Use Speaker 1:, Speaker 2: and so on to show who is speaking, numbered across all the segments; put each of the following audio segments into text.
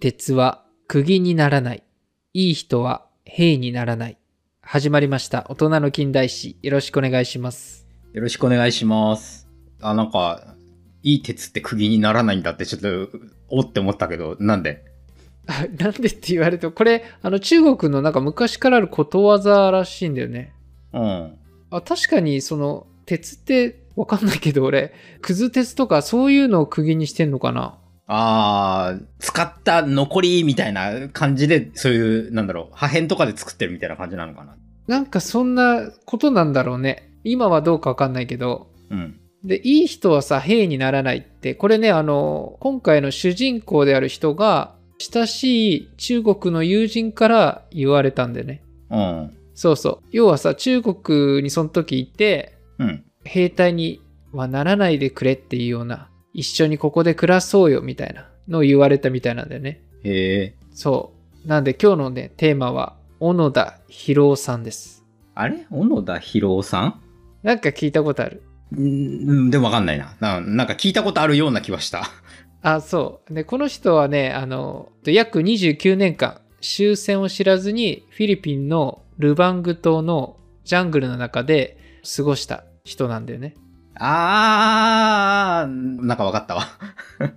Speaker 1: 鉄は釘にならない。いい人は兵にならない。始まりました。大人の近代史。よろしくお願いします。
Speaker 2: よろしくお願いします。あ、なんか、いい鉄って釘にならないんだって、ちょっと、おって思ったけど、なんで
Speaker 1: あなんでって言われると、これ、あの、中国のなんか昔からあることわざらしいんだよね。
Speaker 2: うん。
Speaker 1: あ、確かに、その、鉄ってわかんないけど、俺、くず鉄とかそういうのを釘にしてんのかな
Speaker 2: あー、使った残りみたいな感じで、そういう、なんだろう、破片とかで作ってるみたいな感じなのかな。
Speaker 1: なんかそんなことなんだろうね。今はどうかわかんないけど、
Speaker 2: うん。
Speaker 1: でいい人はさ兵にならないってこれねあの今回の主人公である人が親しい中国の友人から言われたんだよね
Speaker 2: うん。
Speaker 1: そうそう要はさ中国にその時いて
Speaker 2: うん。
Speaker 1: 兵隊にはならないでくれっていうような一緒にここで暮らそうよみたいなのを言われたみたいなんだよね
Speaker 2: へえ。
Speaker 1: そうなんで今日のねテーマは小野田博夫さんです
Speaker 2: あれ小野田博夫さん
Speaker 1: なんか聞いたことある
Speaker 2: うん、でもわかんないなな。なんか聞いたことあるような気はした。
Speaker 1: あそうでこの人はねあの約29年間終戦を知らずにフィリピンのルバング島のジャングルの中で過ごした人なんだよね
Speaker 2: あー、なんかわかったわ。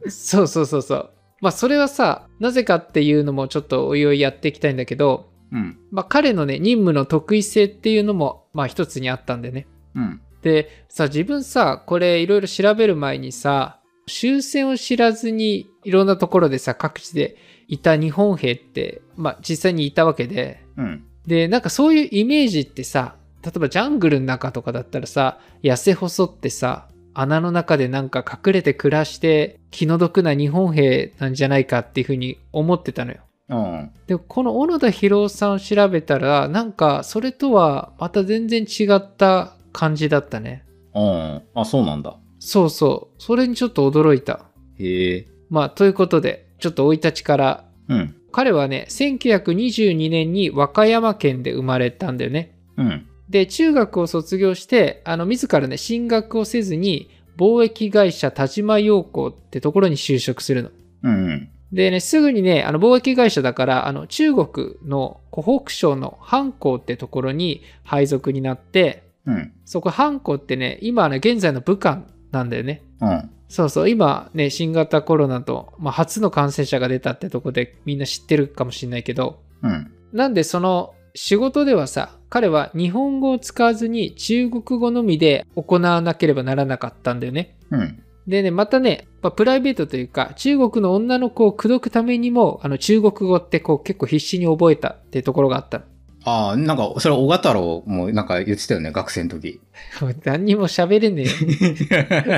Speaker 1: そうそうそうそうまあそれはさなぜかっていうのもちょっとおいおいやっていきたいんだけど、
Speaker 2: うん。
Speaker 1: まあ、彼のね任務の得意性っていうのもまあ一つにあったんでね
Speaker 2: うん。
Speaker 1: でさ自分さこれいろいろ調べる前にさ終戦を知らずにいろんなところでさ各地でいた日本兵って、まあ、実際にいたわけで
Speaker 2: うん。
Speaker 1: でなんかそういうイメージってさ例えばジャングルの中とかだったらさ痩せ細ってさ穴の中でなんか隠れて暮らして気の毒な日本兵なんじゃないかっていうふうに思ってたのよ。
Speaker 2: うん。
Speaker 1: でこの小野田博夫さんを調べたらなんかそれとはまた全然違った感じだったね。
Speaker 2: うん。あ、そうなんだ。
Speaker 1: そうそう。それにちょっと驚いた。
Speaker 2: へえ。
Speaker 1: まあ、ということで、ちょっと生い立ちから。
Speaker 2: うん。
Speaker 1: 彼はね、1922年に和歌山県で生まれたんだよね。
Speaker 2: うん。
Speaker 1: で、中学を卒業して、あの、自らね、進学をせずに、貿易会社田島陽光ってところに就職するの。
Speaker 2: うん。
Speaker 1: でね、すぐにね、あの、貿易会社だから、あの、中国の湖北省の藩校ってところに配属になって、
Speaker 2: うん。
Speaker 1: そこ藩校ってね、今の現在の武漢なんだよね。
Speaker 2: うん。
Speaker 1: そうそう、今ね、新型コロナと、まあ、初の感染者が出たってとこでみんな知ってるかもしれないけど、
Speaker 2: うん。
Speaker 1: なんでその仕事ではさ、彼は日本語を使わずに中国語のみで行わなければならなかったんだよね。
Speaker 2: うん。
Speaker 1: でね、またね、まあ、プライベートというか、中国の女の子を口説くためにも、あの中国語ってこう結構必死に覚えたってところがあった の。
Speaker 2: ああ、なんか、それ、小賀太郎もなんか言ってたよね、学生の 時。
Speaker 1: もう何にも喋れねえ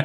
Speaker 1: よ。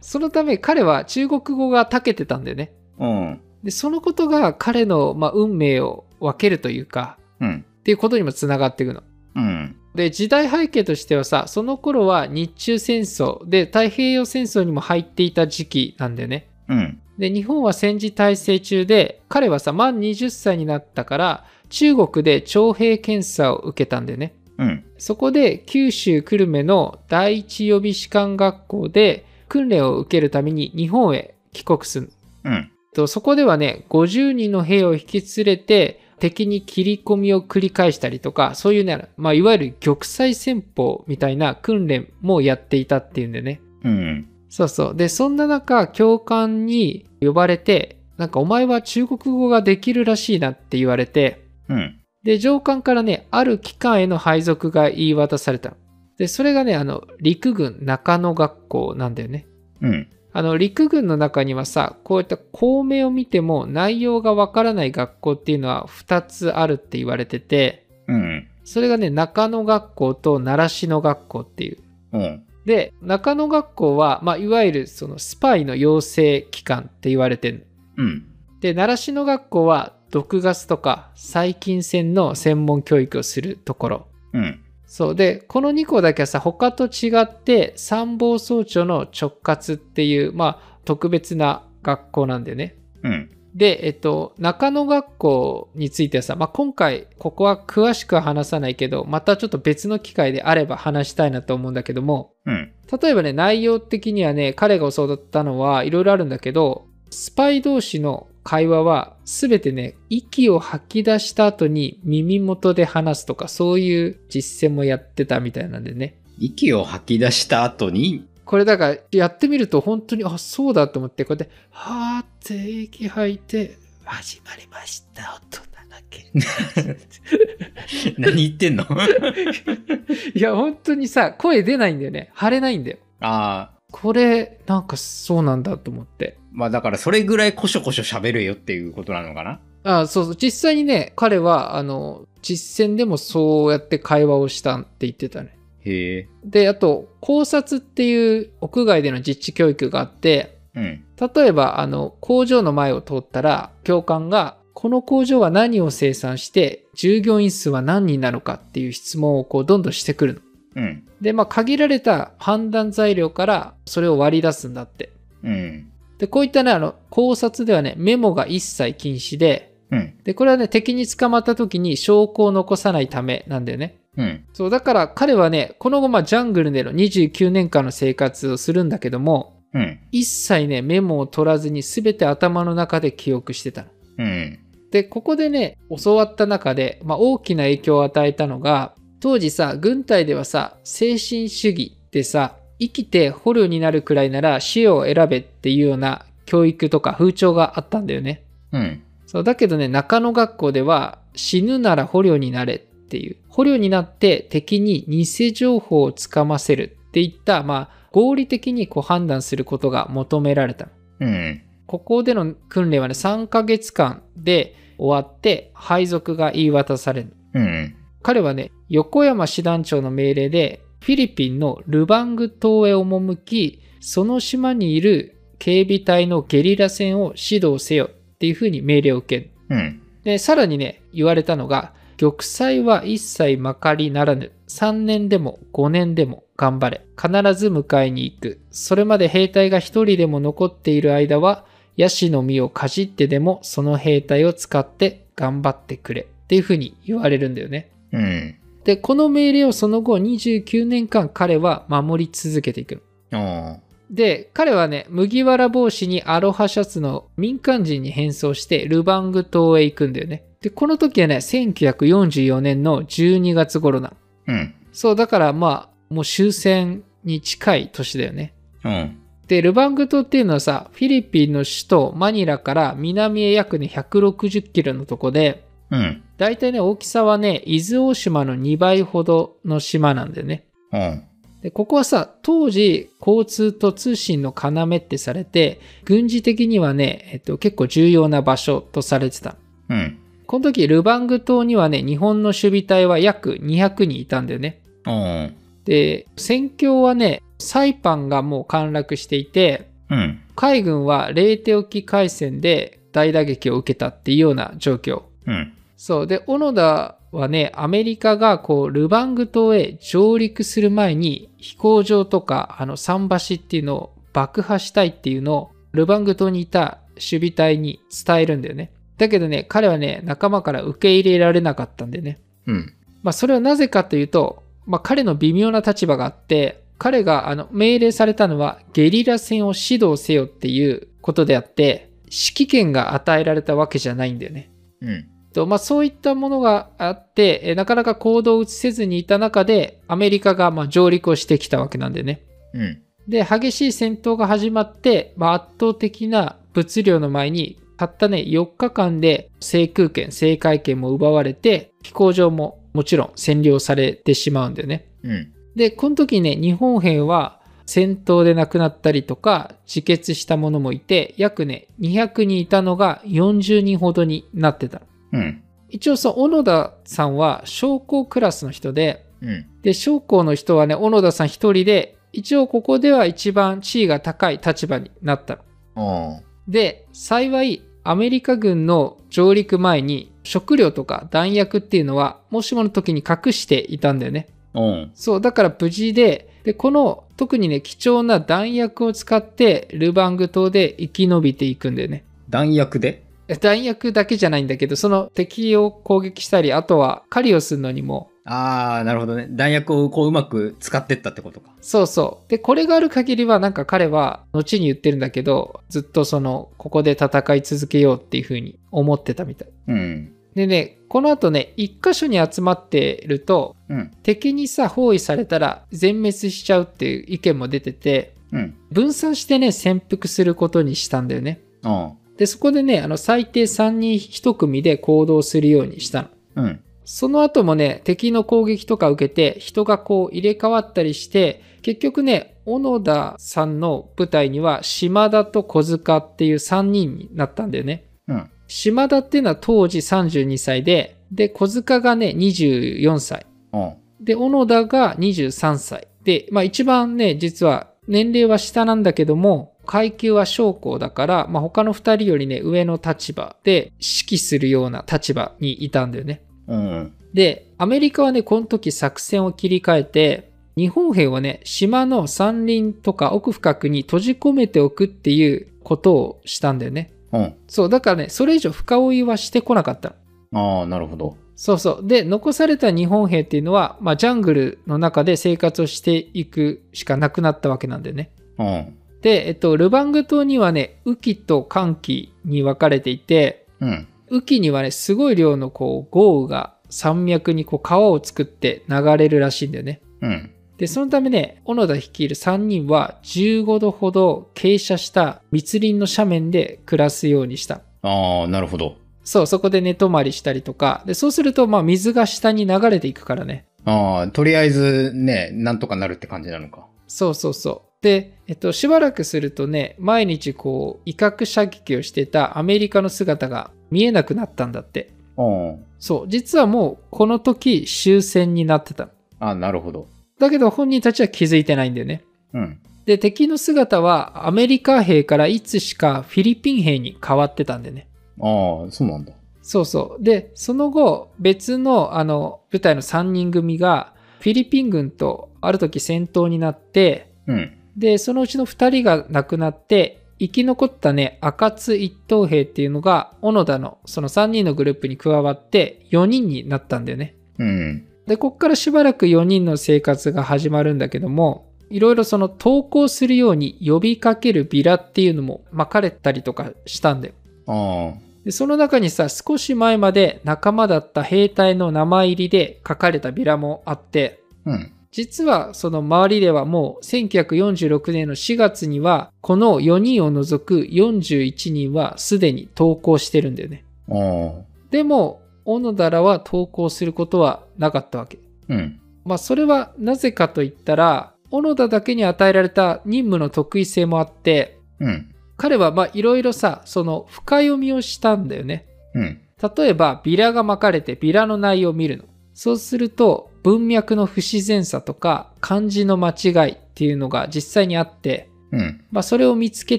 Speaker 1: そのため彼は中国語が長けてたんだよね。
Speaker 2: うん。
Speaker 1: でそのことが彼の、まあ、運命を分けるというか
Speaker 2: うん。
Speaker 1: っていうことにもつながっていくの。
Speaker 2: うん。
Speaker 1: で時代背景としてはさその頃は日中戦争で太平洋戦争にも入っていた時期なんだよね。
Speaker 2: うん。
Speaker 1: で日本は戦時体制中で彼はさ満20歳になったから中国で徴兵検査を受けたんだよね。
Speaker 2: うん。
Speaker 1: そこで九州久留米の第一予備士官学校で訓練を受けるために日本へ帰国する
Speaker 2: うん。
Speaker 1: とそこではね50人の兵を引き連れて敵に切り込みを繰り返したりとかそういうね、まあ、いわゆる玉砕戦法みたいな訓練もやっていたっていうんでね
Speaker 2: うん。
Speaker 1: そうそうでそんな中教官に呼ばれてなんかお前は中国語ができるらしいなって言われて
Speaker 2: うん。
Speaker 1: で上官からねある機関への配属が言い渡されたのでそれがねあの陸軍中野学校なんだよね
Speaker 2: うん。
Speaker 1: あの陸軍の中にはさこういった校名を見ても内容がわからない学校っていうのは2つあるって言われてて
Speaker 2: うん。
Speaker 1: それがね中野学校と習志野学校っていう
Speaker 2: うん。
Speaker 1: で中野学校は、まあ、いわゆるそのスパイの養成機関って言われてる
Speaker 2: うん。
Speaker 1: で習志野学校は毒ガスとか細菌戦の専門教育をするところ
Speaker 2: うん。
Speaker 1: そうでこの2校だけはさ他と違って参謀総長の直轄っていうまあ特別な学校なんだよね。
Speaker 2: うん。
Speaker 1: で、えっと、中野学校についてはさ、まあ、今回ここは詳しくは話さないけどまたちょっと別の機会であれば話したいなと思うんだけども
Speaker 2: うん。
Speaker 1: 例えばね内容的にはね彼が教わったのはいろいろあるんだけどスパイ同士の会話は全てね、息を吐き出した後に耳元で話すとか、そういう実践もやってたみたいなんでね。
Speaker 2: 息を吐き出した後に、
Speaker 1: これだからやってみると本当に、あ、そうだと思って、こうやって、はーって息吐いて、始まりました、大人だけ。
Speaker 2: 何言ってんの
Speaker 1: いや、本当にさ、声出ないんだよね。腫れないんだよ。
Speaker 2: ああ、
Speaker 1: これ、なんかそうなんだと思って。
Speaker 2: まあだからそれぐらいこしょこしょ喋るよっていうことなのかな
Speaker 1: あそうそう。実際にね、彼は、あの、実践でもそうやって会話をしたって言ってたね。
Speaker 2: へえ。
Speaker 1: で、あと、考察っていう屋外での実地教育があって、
Speaker 2: うん。
Speaker 1: 例えば、あの、工場の前を通ったら、教官が、この工場は何を生産して、従業員数は何人なのかっていう質問をこう、どんどんしてくるの。
Speaker 2: うん。
Speaker 1: で、まあ、限られた判断材料から、それを割り出すんだって。
Speaker 2: うん。
Speaker 1: で、こういったね、あの、考察ではね、メモが一切禁止で、
Speaker 2: うん。
Speaker 1: で、これはね、敵に捕まった時に証拠を残さないためなんだよね。
Speaker 2: うん。
Speaker 1: そう、だから彼はね、この後、まあ、ジャングルでの29年間の生活をするんだけども、
Speaker 2: うん。
Speaker 1: 一切ね、メモを取らずに全て頭の中で記憶してたの。
Speaker 2: うん。
Speaker 1: で、ここでね、教わった中で、まあ、大きな影響を与えたのが、当時さ、軍隊ではさ、精神主義でさ、生きて捕虜になるくらいなら死を選べっていうような教育とか風潮があったんだよね。
Speaker 2: うん。
Speaker 1: そうだけどね中野学校では死ぬなら捕虜になれっていう捕虜になって敵に偽情報をつかませるっていった、まあ、合理的にこう判断することが求められた
Speaker 2: うん。
Speaker 1: ここでの訓練はね3ヶ月間で終わって配属が言い渡される
Speaker 2: うん。
Speaker 1: 彼はね横山師団長の命令でフィリピンのルバング島へ赴きその島にいる警備隊のゲリラ戦を指導せよっていうふうに命令を受ける
Speaker 2: うん。
Speaker 1: で、さらにね、言われたのが、玉砕は一切まかりならぬ。3年でも5年でも頑張れ。必ず迎えに行く。それまで兵隊が一人でも残っている間は、ヤシの実をかじってでもその兵隊を使って頑張ってくれ。っていうふうに言われるんだよね。
Speaker 2: うん。
Speaker 1: で、この命令をその後29年間彼は守り続けていくの。
Speaker 2: あ
Speaker 1: で、彼はね、麦わら帽子にアロハシャツの民間人に変装してルバング島へ行くんだよね。で、この時はね、1944年の12月頃なの。
Speaker 2: あ。うん。
Speaker 1: そう、だからまあ、もう終戦に近い年だよね。
Speaker 2: うん。
Speaker 1: で、ルバング島っていうのはさ、フィリピンの首都マニラから南へ約ね、160キロのとこで、
Speaker 2: うん。
Speaker 1: だいたいね、大きさはね、伊豆大島の2倍ほどの島なんだよね。
Speaker 2: うん。
Speaker 1: でここはさ当時交通と通信の要ってされて軍事的にはね、えっと、結構重要な場所とされてた
Speaker 2: うん。
Speaker 1: この時ルバング島にはね日本の守備隊は約200人いたんだよね
Speaker 2: うん。
Speaker 1: で戦況はねサイパンがもう陥落していて
Speaker 2: うん。
Speaker 1: 海軍はレーテ沖海戦で大打撃を受けたっていうような状況
Speaker 2: うん。
Speaker 1: そう。で、小野田はね、アメリカがこう、ルバング島へ上陸する前に、飛行場とか、あの、桟橋っていうのを爆破したいっていうのを、ルバング島にいた守備隊に伝えるんだよね。だけどね、彼はね、仲間から受け入れられなかったんだよね。
Speaker 2: うん。
Speaker 1: まあ、それはなぜかというと、まあ、彼の微妙な立場があって、彼があの命令されたのはゲリラ戦を指導せよっていうことであって、指揮権が与えられたわけじゃないんだよね。
Speaker 2: うん。
Speaker 1: とまあ、そういったものがあって、えーなかなか行動を移せずにいた中で、アメリカがまあ上陸をしてきたわけなんでね。
Speaker 2: うん。
Speaker 1: で、激しい戦闘が始まって、まあ、圧倒的な物量の前に、たったね、4日間で制空権、制海権も奪われて、飛行場ももちろん占領されてしまうんだよね。
Speaker 2: うん。
Speaker 1: で、この時ね、日本兵は戦闘で亡くなったりとか、自決した者もいて、約ね、200人いたのが40人ほどになってた。
Speaker 2: うん。
Speaker 1: 一応その小野田さんは将校クラスの人で
Speaker 2: うん。
Speaker 1: で将校の人はね小野田さん一人で一応ここでは一番地位が高い立場になったの
Speaker 2: ああ。
Speaker 1: で幸いアメリカ軍の上陸前に食料とか弾薬っていうのはもしもの時に隠していたんだよね
Speaker 2: うん。
Speaker 1: そうだから無事ででこの特にね貴重な弾薬を使ってルバング島で生き延びていくんだよね
Speaker 2: 弾薬で
Speaker 1: 弾薬だけじゃないんだけどその敵を攻撃したりあとは狩りをするのにも
Speaker 2: ああ、なるほどね。弾薬をこううまく使ってったってことか。
Speaker 1: そうそう。で、これがある限りは、なんか彼は、後に言ってるんだけど、ずっとその、ここで戦い続けようっていうふうに思ってたみたい。
Speaker 2: うん。
Speaker 1: でね、この後ね、一箇所に集まってると、
Speaker 2: うん。
Speaker 1: 敵にさ、包囲されたら全滅しちゃうっていう意見も出てて、
Speaker 2: うん。
Speaker 1: 分散してね、潜伏することにしたんだよね。
Speaker 2: あ
Speaker 1: で、そこでね、あの、最低3人1組で行動するようにしたの。
Speaker 2: あ。うん。
Speaker 1: その後もね、敵の攻撃とか受けて、人がこう入れ替わったりして、結局ね、小野田さんの舞台には、島田と小塚っていう3人になったんだよね。
Speaker 2: うん。
Speaker 1: 島田っていうのは当時32歳で、で、小塚がね、24歳。
Speaker 2: あ
Speaker 1: で、小野田が23歳。で、まあ一番ね、実は年齢は下なんだけども、階級は将校だから、まあ他の2人よりね、上の立場で指揮するような立場にいたんだよね。
Speaker 2: あ。うん。
Speaker 1: で、アメリカはね、この時作戦を切り替えて、日本兵をね、島の山林とか奥深くに閉じ込めておくっていうことをしたんだよね。
Speaker 2: うん。
Speaker 1: そう、だからね、それ以上深追いはしてこなかったの。
Speaker 2: ああ、なるほど。
Speaker 1: そうそう。で、残された日本兵っていうのは、まあ、ジャングルの中で生活をしていくしかなくなったわけなんだよね。
Speaker 2: うん。
Speaker 1: で、えっと、ルバング島にはね、雨季と乾季に分かれていて、
Speaker 2: うん。
Speaker 1: 雨季にはねすごい量のこう豪雨が山脈にこう川を作って流れるらしいんだよね
Speaker 2: うん。
Speaker 1: でそのためね小野田率いる3人は15度ほど傾斜した密林の斜面で暮らすようにした
Speaker 2: ああ、なるほど。
Speaker 1: そうそこで寝泊まりしたりとかでそうするとまあ水が下に流れていくからね
Speaker 2: ああ、とりあえずね、なんとかなるって感じなのか。
Speaker 1: そうそうそうで、えっと、しばらくするとね毎日こう威嚇射撃をしてたアメリカの姿が見えなくなったんだって
Speaker 2: うん。
Speaker 1: そう実はもうこの時終戦になってた
Speaker 2: ああ、なるほど。
Speaker 1: だけど本人たちは気づいてないんだよね。
Speaker 2: うん。
Speaker 1: で、敵の姿はアメリカ兵からいつしかフィリピン兵に変わってたんでね。
Speaker 2: ああ、そうなんだ。
Speaker 1: そうそう。で、その後、別のあの部隊の3人組がフィリピン軍とある時戦闘になって、
Speaker 2: うん。
Speaker 1: で、そのうちの2人が亡くなって、生き残ったね、赤津一等兵っていうのが、小野田のその3人のグループに加わって4人になったんだよね。
Speaker 2: うん。
Speaker 1: で、こっからしばらく4人の生活が始まるんだけども、いろいろその投稿するように呼びかけるビラっていうのも巻かれたりとかしたんだよ。
Speaker 2: あ
Speaker 1: で、その中にさ、少し前まで仲間だった兵隊の名前入りで書かれたビラもあって、
Speaker 2: あ。うん。
Speaker 1: 実はその周りではもう1946年の4月には、この4人を除く41人はすでに投稿してるんだよね。
Speaker 2: ああ。
Speaker 1: でも、小野田らは投稿することはなかったわけ。
Speaker 2: うん。
Speaker 1: まあ、それはなぜかといったら、小野田だけに与えられた任務の得意性もあって、
Speaker 2: うん。
Speaker 1: 彼はまあいろいろさ、その深読みをしたんだよね。
Speaker 2: うん。
Speaker 1: 例えば、ビラが巻かれてビラの内容を見るの。そうすると、文脈の不自然さとか、漢字の間違いっていうのが実際にあって、
Speaker 2: うん。
Speaker 1: まあ、それを見つけ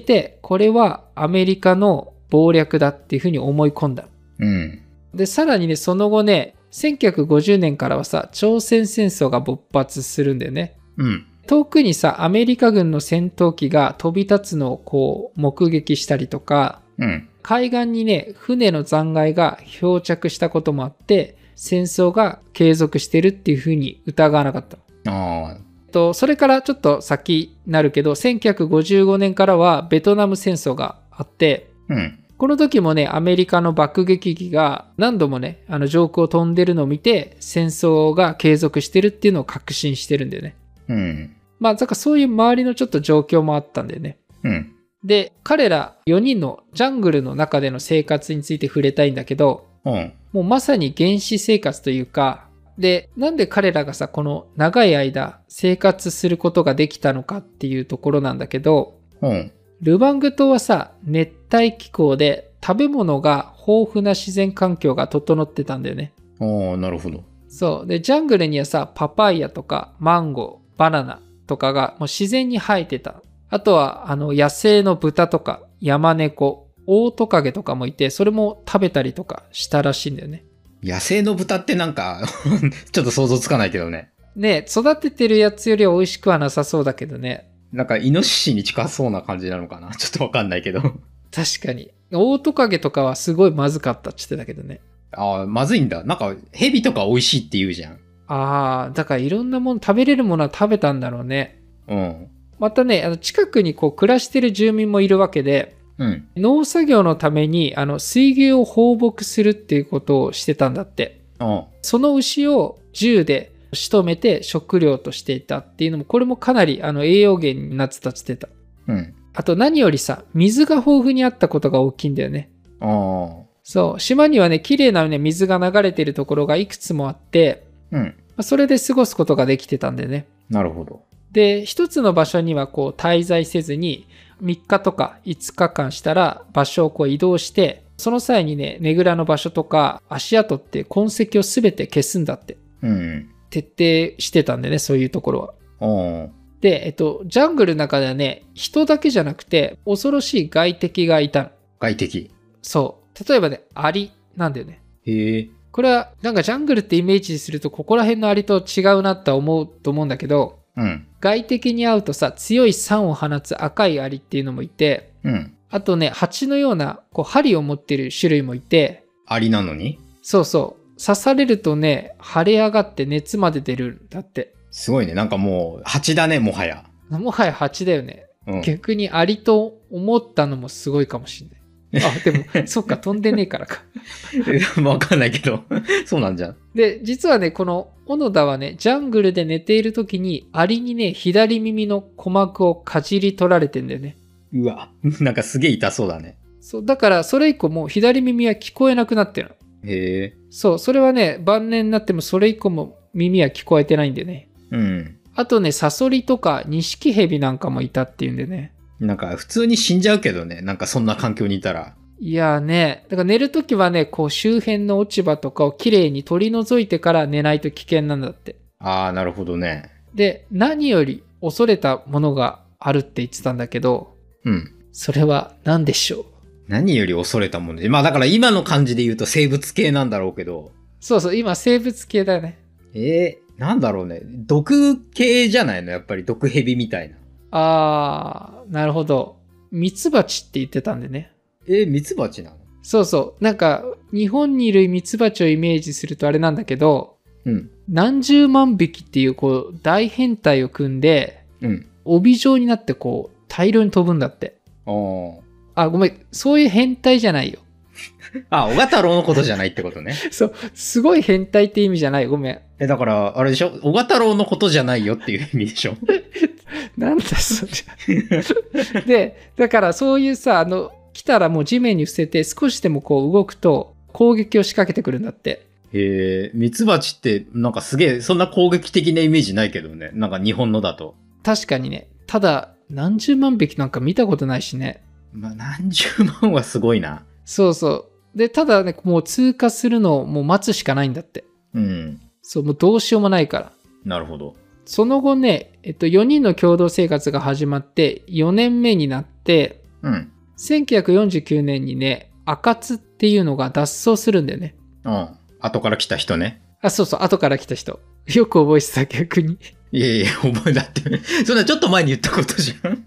Speaker 1: て、これはアメリカの謀略だっていうふうに思い込んだ。
Speaker 2: うん。
Speaker 1: で、さらにね、その後ね、1950年からはさ、朝鮮戦争が勃発するんだよね。
Speaker 2: うん。
Speaker 1: 遠くにさアメリカ軍の戦闘機が飛び立つのをこう目撃したりとか
Speaker 2: うん。
Speaker 1: 海岸にね船の残骸が漂着したこともあって戦争が継続してるっていうふうに疑わなかった。
Speaker 2: ああ。
Speaker 1: えっとそれからちょっと先になるけど1955年からはベトナム戦争があって
Speaker 2: うん。
Speaker 1: この時もねアメリカの爆撃機が何度もねあの上空を飛んでるのを見て戦争が継続してるっていうのを確信してるんだよね。
Speaker 2: うん。
Speaker 1: まあ、だからそういう周りのちょっと状況もあったんだよね。
Speaker 2: うん。
Speaker 1: で、彼ら4人のジャングルの中での生活について触れたいんだけど、
Speaker 2: うん。
Speaker 1: もうまさに原始生活というか、で、なんで彼らがさ、この長い間生活することができたのかっていうところなんだけど、
Speaker 2: うん。
Speaker 1: ルバング島はさ、熱帯気候で食べ物が豊富な自然環境が整ってたんだよね。
Speaker 2: ああ、なるほど。
Speaker 1: そう。で、ジャングルにはさ、パパイヤとかマンゴー、バナナとかがもう自然に生えてた。あとは、あの、野生の豚とか、山猫、オオトカゲとかもいて、それも食べたりとかしたらしいんだよね。
Speaker 2: 野生の豚ってなんか、 ちょっと想像つかないけどね。
Speaker 1: ねえ育ててるやつよりは美味しくはなさそうだけどね。
Speaker 2: なんか、イノシシに近そうな感じなのかな。ちょっとわかんないけど。
Speaker 1: 確かに。オオトカゲとかはすごいまずかったって言ってたけどね。
Speaker 2: ああ、まずいんだ。なんか、ヘビとか美味しいって言うじゃん。
Speaker 1: ああ、だからいろんなもの、食べれるものは食べたんだろうね。
Speaker 2: うん。
Speaker 1: またね、あの近くにこう暮らしてる住民もいるわけで、
Speaker 2: うん。
Speaker 1: 農作業のためにあの水牛を放牧するっていうことをしてたんだって。
Speaker 2: うん。
Speaker 1: その牛を銃で仕留めて食料としていたっていうのも、これもかなりあの栄養源になってたって言ってた。
Speaker 2: うん。
Speaker 1: あと何よりさ、水が豊富にあったことが大きいんだよね。
Speaker 2: あ
Speaker 1: そう、島にはね、綺麗なね、水が流れてるところがいくつもあって、
Speaker 2: あ。うん。
Speaker 1: まあそれで過ごすことができてたんだよね。
Speaker 2: なるほど。
Speaker 1: で、一つの場所にはこう滞在せずに、3日とか5日間したら場所をこう移動して、その際にね、ねぐらの場所とか足跡って痕跡を全て消すんだって、
Speaker 2: うん。
Speaker 1: 徹底してたんでね、そういうところは。
Speaker 2: あ
Speaker 1: で、えっと、ジャングルの中ではね、人だけじゃなくて、恐ろしい外敵がいたの。
Speaker 2: あ。外敵。
Speaker 1: そう。例えばね、アリなんだよね。
Speaker 2: へえ。
Speaker 1: これは、なんかジャングルってイメージすると、ここら辺のアリと違うなって思うと思うんだけど、
Speaker 2: うん。
Speaker 1: 外敵に会うとさ、強い酸を放つ赤いアリっていうのもいて、
Speaker 2: うん。
Speaker 1: あとね、蜂のような、こう、針を持ってる種類もいて、
Speaker 2: アリなのに
Speaker 1: そうそう、刺されるとね、腫れ上がって熱まで出るんだって。
Speaker 2: すごいね。なんかもう、蜂だね、もはや。
Speaker 1: もはや蜂だよね。
Speaker 2: うん。
Speaker 1: 逆にアリと思ったのもすごいかもしれない。あ、でも、そっか、飛んでねえからか。
Speaker 2: わかんないけど。 そうなんじゃん。
Speaker 1: で、実はね、この小野田はね、ジャングルで寝ている時に、アリにね、左耳の鼓膜をかじり取られてんだよね。
Speaker 2: うわ。 なんかすげえ痛そうだね。
Speaker 1: そう、だから、それ以降もう左耳は聞こえなくなってるの。
Speaker 2: へえ。
Speaker 1: そう、それはね、晩年になってもそれ以降も耳は聞こえてないんでね。
Speaker 2: うん。
Speaker 1: あとね、サソリとか、ニシキヘビなんかもいたっていうんでね。
Speaker 2: なんか普通に死んじゃうけどね。なんかそんな環境にいたら。
Speaker 1: いやーね、だから寝るときはね、こう周辺の落ち葉とかをきれいに取り除いてから寝ないと危険なんだって。
Speaker 2: ああ、なるほどね。
Speaker 1: で、何より恐れたものがあるって言ってたんだけど、
Speaker 2: うん。
Speaker 1: それは何でしょう
Speaker 2: 何より恐れたもんで。まあだから今の感じで言うと生物系なんだろうけど。
Speaker 1: そうそう、今生物系だよね。
Speaker 2: えー、なんだろうね。毒系じゃないのやっぱり毒蛇みたいな。
Speaker 1: あー、なるほど。ミツバチって言ってたんでね。
Speaker 2: えー、ミツバチなの
Speaker 1: そうそう、なんか日本にいるミツバチをイメージするとあれなんだけど、
Speaker 2: うん。
Speaker 1: 何十万匹っていうこう大変態を組んで、
Speaker 2: うん。
Speaker 1: 帯状になってこう大量に飛ぶんだって。
Speaker 2: あ
Speaker 1: あ、ごめん、そういう変態じゃないよ。
Speaker 2: あ。あ、小型郎のことじゃないってことね。
Speaker 1: そう、すごい変態って意味じゃない。ごめん。
Speaker 2: え、だから、あれでしょ小型郎のことじゃないよっていう意味でしょ
Speaker 1: なんだそれ。 で、だからそういうさ、あの、来たらもう地面に伏せて少しでもこう動くと攻撃を仕掛けてくるんだって。
Speaker 2: へえ、ミツバチって、なんかすげえ、そんな攻撃的なイメージないけどね。なんか日本のだと。
Speaker 1: 確かにね。ただ、何十万匹なんか見たことないしね。
Speaker 2: まあ、何十万はすごいな。
Speaker 1: そうそう。で、ただね、もう通過するのをもう待つしかないんだって。
Speaker 2: うん。
Speaker 1: そう、もうどうしようもないから。
Speaker 2: なるほど。
Speaker 1: その後ね、えっと、4人の共同生活が始まって、4年目になって、
Speaker 2: うん。
Speaker 1: 1949年にね、赤津っていうのが脱走するんだよね。
Speaker 2: うん。後から来た人ね。
Speaker 1: あ、そうそう、後から来た人。よく覚えてた、逆に。
Speaker 2: いやいや、覚えだって。 そんなちょっと前に言ったことじゃん。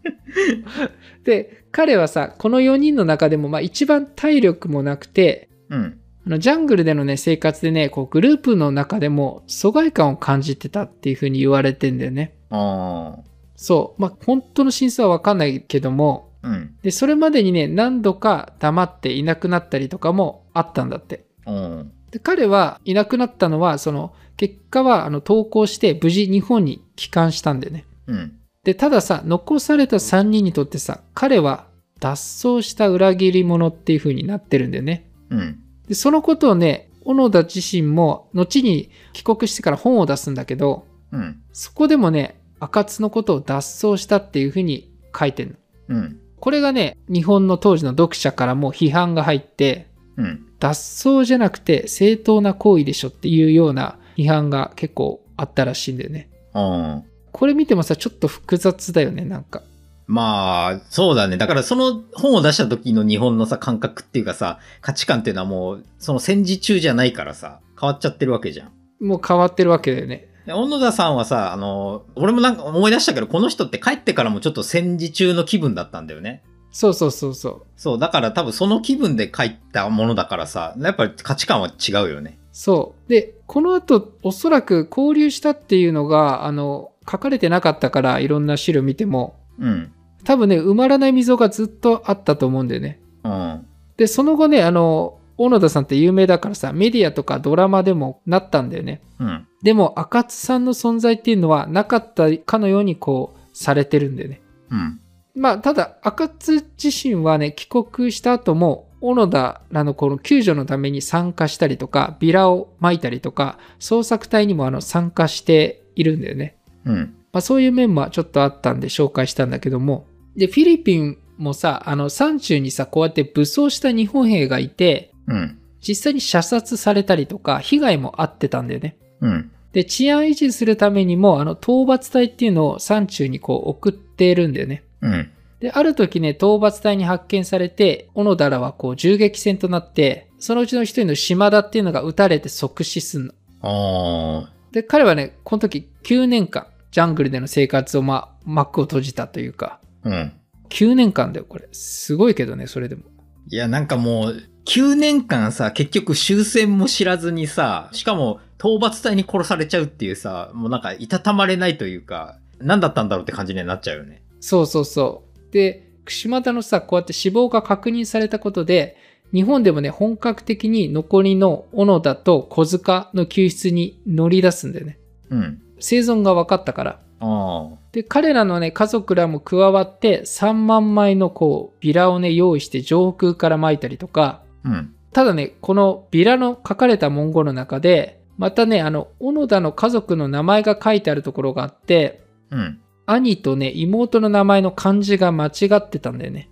Speaker 1: で、彼はさ、この4人の中でも、まあ一番体力もなくて、
Speaker 2: うん。
Speaker 1: あのジャングルでのね、生活でね、こうグループの中でも疎外感を感じてたっていう風に言われてんだよね。
Speaker 2: ああ。
Speaker 1: そう。まあ本当の真相はわかんないけども、
Speaker 2: うん。
Speaker 1: で、それまでにね、何度か黙っていなくなったりとかもあったんだって。
Speaker 2: うん。
Speaker 1: で彼はいなくなったのはその結果はあの投稿して無事日本に帰還したんだよね
Speaker 2: うん。
Speaker 1: でたださ残された3人にとってさ彼は脱走した裏切り者っていう風になってるんだよね
Speaker 2: うん。
Speaker 1: でそのことをね小野田自身も後に帰国してから本を出すんだけど
Speaker 2: うん。
Speaker 1: そこでもね赤津のことを脱走したっていう風に書いてんの
Speaker 2: うん。
Speaker 1: これがね日本の当時の読者からも批判が入って
Speaker 2: うん。
Speaker 1: 脱走じゃなくて正当な行為でしょっていうような批判が結構あったらしいんだよね。
Speaker 2: うん。
Speaker 1: これ見てもさ、ちょっと複雑だよね、なんか。
Speaker 2: まあ、そうだね。だからその本を出した時の日本のさ、感覚っていうかさ、価値観っていうのはもう、その戦時中じゃないからさ、変わっちゃってるわけじゃん。
Speaker 1: もう変わってるわけだよね。
Speaker 2: で小野田さんはさ、あの、俺もなんか思い出したけど、この人って帰ってからもちょっと戦時中の気分だったんだよね。
Speaker 1: そうそうそうそう。
Speaker 2: そう、だから多分その気分で書いたものだからさ、やっぱり価値観は違うよね。
Speaker 1: そう。で、この後、おそらく交流したっていうのが、あの、書かれてなかったから、いろんな資料見ても、
Speaker 2: うん。
Speaker 1: 多分ね、埋まらない溝がずっとあったと思うんだよね。
Speaker 2: うん。
Speaker 1: で、その後ね、あの、小野田さんって有名だからさ、メディアとかドラマでもなったんだよね。
Speaker 2: うん。
Speaker 1: でも、赤津さんの存在っていうのはなかったかのようにこう、されてるんだよね。
Speaker 2: うん。
Speaker 1: まあ、ただ、赤津自身はね、帰国した後も、小野田らのこの救助のために参加したりとか、ビラを撒いたりとか、捜索隊にもあの参加しているんだよね。
Speaker 2: うん。
Speaker 1: まあ、そういう面もちょっとあったんで紹介したんだけども。で、フィリピンもさ、あの、山中にさ、こうやって武装した日本兵がいて、
Speaker 2: うん。
Speaker 1: 実際に射殺されたりとか、被害もあってたんだよね。
Speaker 2: うん。
Speaker 1: で、治安維持するためにも、あの、討伐隊っていうのを山中にこう送ってるんだよね。
Speaker 2: うん。
Speaker 1: で、ある時ね、討伐隊に発見されて、小野田らはこう銃撃戦となって、そのうちの一人の島田っていうのが撃たれて即死すんの。
Speaker 2: ああ。
Speaker 1: で、彼はね、この時9年間、ジャングルでの生活を、まあ、幕を閉じたというか、
Speaker 2: うん。
Speaker 1: 9年間だよ、これ。すごいけどね、それでも。
Speaker 2: いや、なんかもう、9年間さ、結局終戦も知らずにさ、しかも討伐隊に殺されちゃうっていうさ、もうなんかいたたまれないというか、何だったんだろうって感じになっちゃうよね。
Speaker 1: そうそうそう。で、島田のさ、こうやって死亡が確認されたことで、日本でもね、本格的に残りの小野田と小塚の救出に乗り出すんだよね。
Speaker 2: うん。
Speaker 1: 生存が分かったから。
Speaker 2: あ
Speaker 1: で、彼らのね、家族らも加わって、3万枚のこう、ビラをね、用意して上空から撒いたりとか、
Speaker 2: あ。うん。
Speaker 1: ただね、このビラの書かれた文言の中で、またね、あの、小野田の家族の名前が書いてあるところがあって、
Speaker 2: うん。
Speaker 1: 兄とね、妹の名前の漢字が間違ってたんだよね。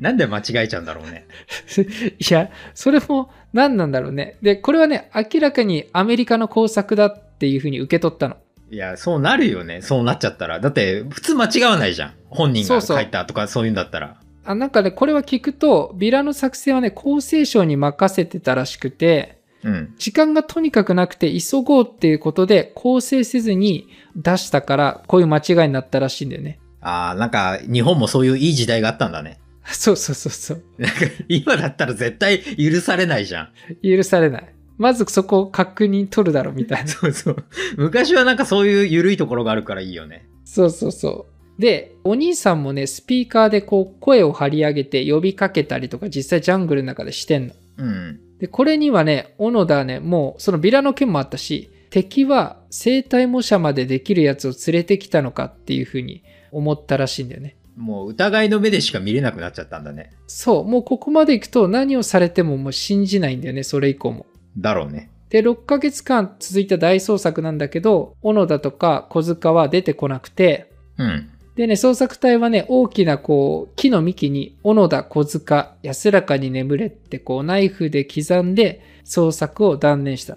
Speaker 2: なんで間違えちゃうんだろうね。
Speaker 1: いや、それも何なんだろうね。で、これはね、明らかにアメリカの工作だっていうふうに受け取ったの。
Speaker 2: いや、そうなるよね。そうなっちゃったら。だって、普通間違わないじゃん。本人
Speaker 1: そう
Speaker 2: が
Speaker 1: そう
Speaker 2: 書いたとかそういうんだったら。
Speaker 1: あなんかね、これは聞くと、ビラの作成はね、厚生省に任せてたらしくて、
Speaker 2: うん。
Speaker 1: 時間がとにかくなくて急ごうっていうことで構成せずに出したからこういう間違いになったらしいんだよね。
Speaker 2: ああ、なんか、日本もそういういい時代があったんだね。
Speaker 1: そうそうそうそう。
Speaker 2: なんか、今だったら絶対許されないじゃん。
Speaker 1: 許されない。まずそこを確認取るだろみたいな。
Speaker 2: そうそう。昔はなんかそういう緩いところがあるからいいよね。
Speaker 1: そうそうそう。で、お兄さんもね、スピーカーでこう声を張り上げて呼びかけたりとか実際ジャングルの中でしてんの。
Speaker 2: うん。
Speaker 1: で、これにはね、小野田はね、もうそのビラの件もあったし、敵は生体模写までできるやつを連れてきたのかっていうふうに思ったらしいんだよね。
Speaker 2: もう疑いの目でしか見れなくなっちゃったんだね。
Speaker 1: そう、もうここまで行くと何をされてももう信じないんだよね、それ以降も。
Speaker 2: だろうね。
Speaker 1: で、6ヶ月間続いた大捜索なんだけど、小野田とか小塚は出てこなくて、
Speaker 2: うん。
Speaker 1: でね、捜索隊はね、大きなこう、木の幹に、小野田、小塚、安らかに眠れって、こう、ナイフで刻んで、捜索を断念した。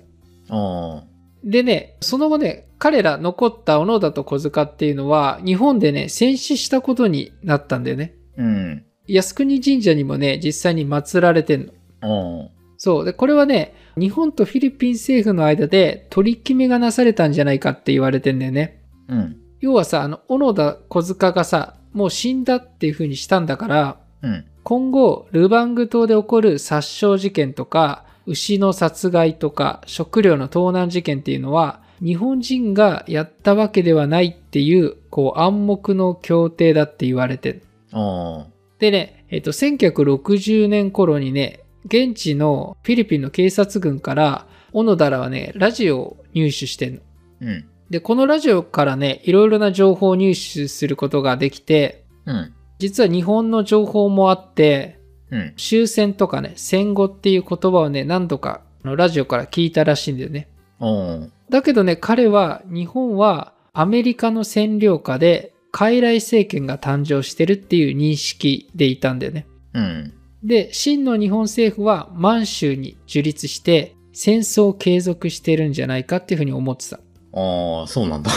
Speaker 2: あ
Speaker 1: でね、その後ね、彼ら残った小野田と小塚っていうのは、日本でね、戦死したことになったんだよね。
Speaker 2: あ。うん。
Speaker 1: 靖国神社にもね、実際に祀られてんの。
Speaker 2: ああ。
Speaker 1: そう。で、これはね、日本とフィリピン政府の間で取り決めがなされたんじゃないかって言われてんだよね。
Speaker 2: うん。
Speaker 1: 要はさ、あの、小野田小塚がさ、もう死んだっていう風にしたんだから、
Speaker 2: うん。
Speaker 1: 今後、ルバング島で起こる殺傷事件とか、牛の殺害とか、食料の盗難事件っていうのは、日本人がやったわけではないっていう、こう、暗黙の協定だって言われてる
Speaker 2: ああ。
Speaker 1: でね、えっと、1960年頃にね、現地のフィリピンの警察軍から、小野田らはね、ラジオを入手してんの。
Speaker 2: うん。
Speaker 1: で、このラジオからね、いろいろな情報を入手することができて、
Speaker 2: うん。
Speaker 1: 実は日本の情報もあって、
Speaker 2: うん。
Speaker 1: 終戦とかね、戦後っていう言葉をね、何度かあのラジオから聞いたらしいんだよね。
Speaker 2: ああ。
Speaker 1: だけどね、彼は、日本はアメリカの占領下で、傀儡政権が誕生してるっていう認識でいたんだよね。
Speaker 2: うん。
Speaker 1: で、真の日本政府は満州に樹立して戦争を継続してるんじゃないかっていうふうに思ってた。
Speaker 2: ああ、そうなんだ。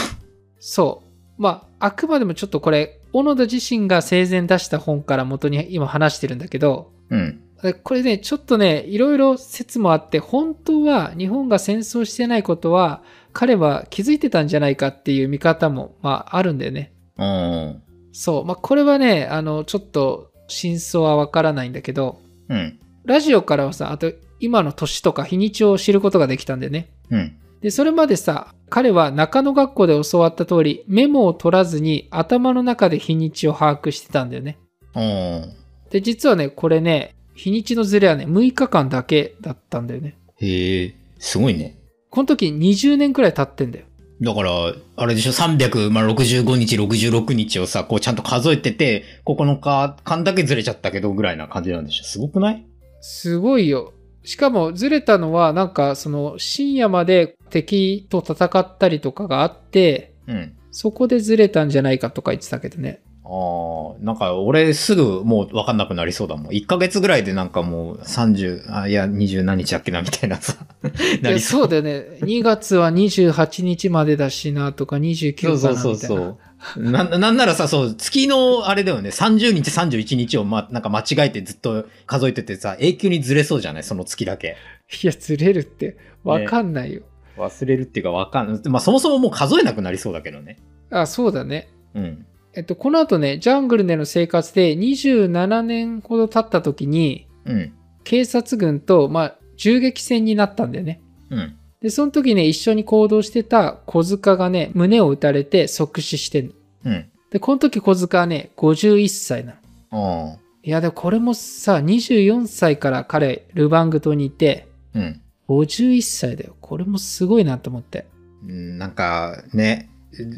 Speaker 1: そう。まあ、あくまでもちょっとこれ、小野田自身が生前出した本から元に今話してるんだけど、
Speaker 2: うん。
Speaker 1: でこれね、ちょっとね、いろいろ説もあって、本当は日本が戦争してないことは、彼は気づいてたんじゃないかっていう見方も、まあ、あるんだよね。
Speaker 2: ああ。
Speaker 1: そう。まあ、これはね、あの、ちょっと真相はわからないんだけど、
Speaker 2: うん。
Speaker 1: ラジオからはさ、あと今の年とか日にちを知ることができたんでね。
Speaker 2: うん。
Speaker 1: で、それまでさ、彼は中野学校で教わった通り、メモを取らずに頭の中で日にちを把握してたんだよね。
Speaker 2: おー
Speaker 1: で、実はね、これね、日にちのズレはね、6日間だけだったんだよね。
Speaker 2: へえ、すごいね。
Speaker 1: この時20年くらい経ってんだよ。
Speaker 2: だから、あれでしょ、365日、66日をさ、こうちゃんと数えてて、9日間だけずれちゃったけどぐらいな感じなんでしょ。すごくない
Speaker 1: すごいよ。しかもずれたのは、なんかその深夜まで敵と戦ったりとかがあって、
Speaker 2: うん。
Speaker 1: そこでずれたんじゃないかとか言ってたけど ね。
Speaker 2: ああ、なんか俺すぐもうわかんなくなりそうだもん。1ヶ月ぐらいでなんかもう30、あ、いや、20何日だっけなみたいな さ、
Speaker 1: い
Speaker 2: な
Speaker 1: や
Speaker 2: りそう。
Speaker 1: そうだよね。2月は28日までだしなとか29日
Speaker 2: そう
Speaker 1: か
Speaker 2: そ
Speaker 1: な
Speaker 2: う
Speaker 1: みたいな。
Speaker 2: そうそう。な、なんならさ、そう、月のあれだよね、30日、31日をま、なんか間違えてずっと数えててさ、永久にずれそうじゃないその月だけ。
Speaker 1: いや、ずれるってわかんないよ。
Speaker 2: 忘れるっていうかわかんない。まあそもそももう数えなくなりそうだけどね。
Speaker 1: あ、そうだね。
Speaker 2: うん。
Speaker 1: えっと、この後ね、ジャングルでの生活で27年ほど経った時に、
Speaker 2: うん。
Speaker 1: 警察軍と、まあ、銃撃戦になったんだよね。
Speaker 2: うん。
Speaker 1: で、その時ね、一緒に行動してた小塚がね、胸を撃たれて即死してんの。
Speaker 2: うん。
Speaker 1: で、この時小塚はね、51歳なの。
Speaker 2: ああ。
Speaker 1: いや、でもこれもさ、24歳から彼、ルバング島にいて、
Speaker 2: うん。
Speaker 1: 51歳だよ。これもすごいなと思って。
Speaker 2: うんなんかね、